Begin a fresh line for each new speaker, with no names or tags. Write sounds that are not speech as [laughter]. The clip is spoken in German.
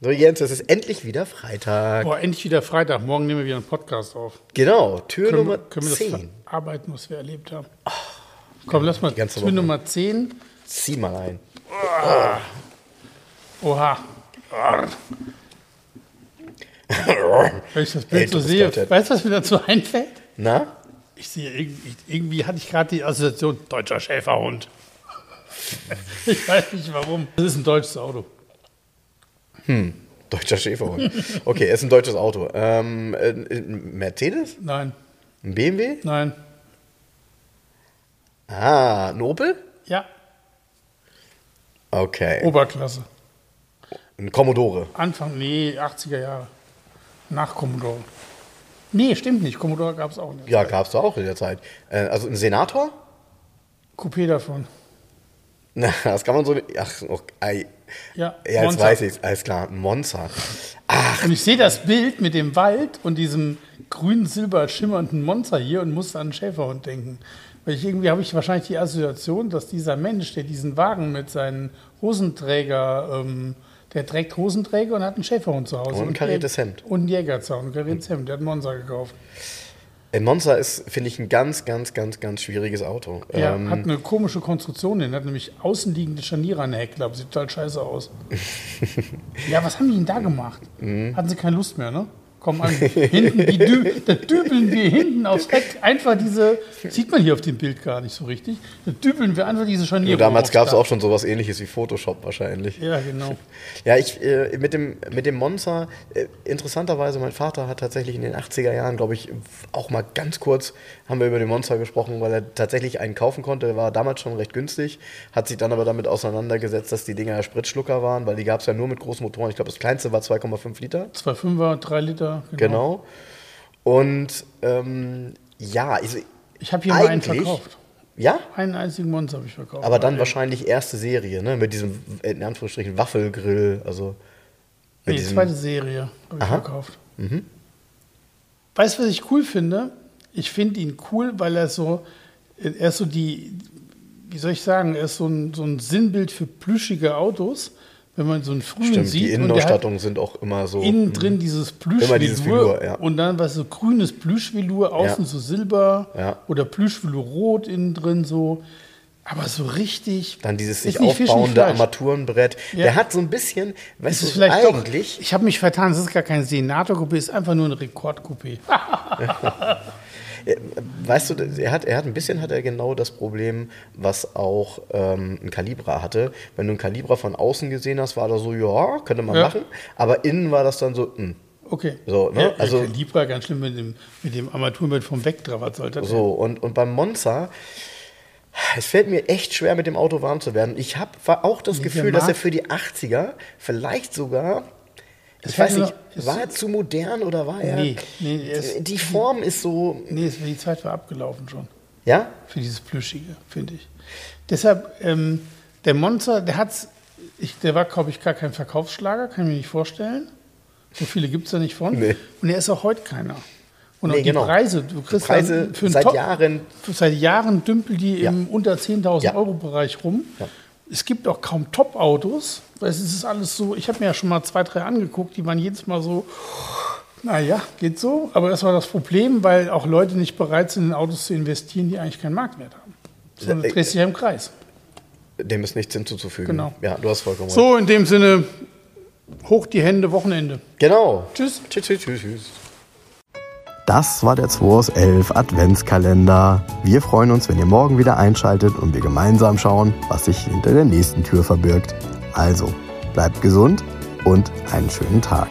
So, Jens, es ist endlich wieder Freitag.
Boah, endlich wieder Freitag. Morgen nehmen wir wieder einen Podcast auf.
Genau, Tür
Können,
Nummer
wir- können wir
10.
das verarbeiten, was wir erlebt haben? Komm, lass mal
die ganze
Tür
Woche.
Nummer 10.
Zieh mal ein.
Oha.
[laughs]
Arr. Wenn ich das Bild
Hey,
so
du bist
sehe,
Deutscher.
weißt du, was mir dazu einfällt?
Na?
Ich sehe irgendwie, irgendwie hatte ich gerade die Assoziation deutscher
[laughs]
Schäferhund. Ich weiß nicht warum. Das ist ein deutsches Auto.
Deutscher Schäferhund. Okay, ist ein deutsches Auto. Ähm, äh, ein Mercedes?
Nein,
Ein BMW?
nein.
Ah, ein Opel?
Ja, Oh.
Okay.
Oberklasse.
Ein Commodore.
Anfang, nee, 80er Jahre. Nach Commodore. Nee, stimmt nicht. Commodore gab es auch nicht.
Ja, gab's da auch in der Zeit. Äh, also ein Senator? [laughs]
Coupé davon.
Na, das kann man so nicht. Ach, okay.
Ja,
ja jetzt
Monza.
weiß ich's. Alles klar, ein Monster. Ach,
Und ich sehe das Bild mit dem Wald und diesem grün-silber schimmernden Monster hier und muss an einen Schäferhund denken. Weil ich irgendwie habe ich wahrscheinlich die Assoziation, dass dieser Mensch, der diesen Wagen mit seinen Hosenträger, ähm, der trägt Hosenträger und hat einen Schäferhund zu Hause.
Und ein kariertes Hemd.
Und einen Jägerzaun, ein kariertes Hemd. Der hat einen Monster gekauft.
ein Monster ist, finde ich, ein ganz, ganz, ganz, ganz schwieriges Auto.
Ja,
Ähm,
hat eine komische Konstruktion hin, hat nämlich außenliegende Scharniere an der Heckklappe. Sieht total
[laughs]
scheiße aus. ja, was haben die denn da gemacht?
Mhm.
Hatten sie keine Lust mehr, ne? Komm an, hinten, die Dü
[laughs]
da dübeln wir hinten aufs Heck einfach diese, sieht man hier auf dem Bild gar nicht so richtig, da dübeln wir einfach diese Scharniere.
nur damals
aufs
gab's
Dach.
auch schon sowas ähnliches wie Photoshop wahrscheinlich.
Ja, genau.
Ja, ich äh, mit dem mit dem Monza äh, interessanterweise mein Vater hat tatsächlich in den 80er Jahren, glaube ich, auch mal ganz kurz haben wir über den Monza gesprochen, weil er tatsächlich einen kaufen konnte, Der war damals schon recht günstig, hat sich dann aber damit auseinandergesetzt, dass die Dinger ja Spritschlucker waren, weil die gab's ja nur mit großen Motoren. Ich glaube, das kleinste war 2,5 Liter.
Zwei Fünfer, drei Liter.
Genau. Und ähm, ja, ich,
Ich habe hier mal einen
Eigentlich-
verkauft.
ja,
Einen einzigen Monster habe ich verkauft.
aber dann wahrscheinlich erste Serie, ne, mit diesem in Anführungsstrichen Waffelgrill, also mit
Nee, die
diesem-
zweite Serie habe ich
Aha. Mhm.
verkauft. Weißt du, was ich cool finde? Ich finde ihn cool, weil er so, er ist so die, wie soll ich sagen, er ist so ein, so ein Sinnbild für plüschige Autos. Wenn man so einen frühen
Stimmt,
sieht
die Innenausstattungen sind auch immer so.
und der hat innen
mh.
drin dieses Plüschvelour
Immer dieses Velour, ja.
und dann was so grünes Plüschvelour, außen
Ja.
so Silber
Ja.
oder Plüschvelour rot innen drin so. Aber so richtig.
Dann dieses sich
ist nicht Fisch, nicht
aufbauende
Fleisch.
Armaturenbrett.
Ja.
Der hat so ein bisschen,
Es
weißt
ist
du,
vielleicht
eigentlich,
Doch, ich habe mich vertan, es ist gar kein Senator-Coupé, es ist einfach nur ein Rekord-Coupé. Ah,
äh, weißt du, er hat, er hat ein bisschen hat er genau das Problem, was auch ähm, ein Calibra hatte. Wenn du ein Calibra von außen gesehen hast, war da so, ja, könnte man
Ja.
machen. Aber innen war das dann so, hm, mh.
Okay.
So, ne?
Ja,
Also-
also Libra ganz schlimm mit dem, mit dem Armaturenbett vom Vectra, was soll das?
So, und, und beim Monza, es fällt mir echt schwer, mit dem Auto warm zu werden. Ich habe auch das
Nee, der
Gefühl, dass er
Markt-
für die 80er vielleicht sogar, ich
Es
weiß
hätte
nicht,
noch- es-
war er zu modern oder war er?
Nee, nee, er ist-
die Form ist so,
Nee, es- die Zeit war abgelaufen schon.
ja?
Für dieses Plüschige, finde ich. Deshalb, ähm, der Monster, der hat's, ich, der war, glaube ich, gar kein Verkaufsschlager, kann ich mir nicht vorstellen. So viele gibt es da nicht von.
Nee.
Und er ist auch heute keiner. Und auch
Nee,
die
genau.
Preise, du kriegst
Preise
dann für einen
seit
Top-
Jahren.
Seit Jahren dümpelt die
Ja.
im unter 10.000
Ja.
Euro Bereich rum.
Ja.
Es gibt auch kaum Top-Autos. weil Es ist alles so, ich habe mir ja schon mal zwei, drei angeguckt, die waren jedes Mal so, naja, geht so. Aber das war das Problem, weil auch Leute nicht bereit sind, in Autos zu investieren, die eigentlich keinen Marktwert haben. Sondern
Äh,
du drehst dich ja im Kreis.
Dem ist nichts hinzuzufügen.
Genau.
Ja, du hast vollkommen recht.
So, in dem Sinne, hoch die Hände, Wochenende.
Genau.
Tschüss.
Tschüss, tschüss, tschüss, tschüss.
Das war der 2 aus 11 Adventskalender. Wir freuen uns, wenn ihr morgen wieder einschaltet und wir gemeinsam schauen, was sich hinter der nächsten Tür verbirgt. Also, bleibt gesund und einen schönen Tag.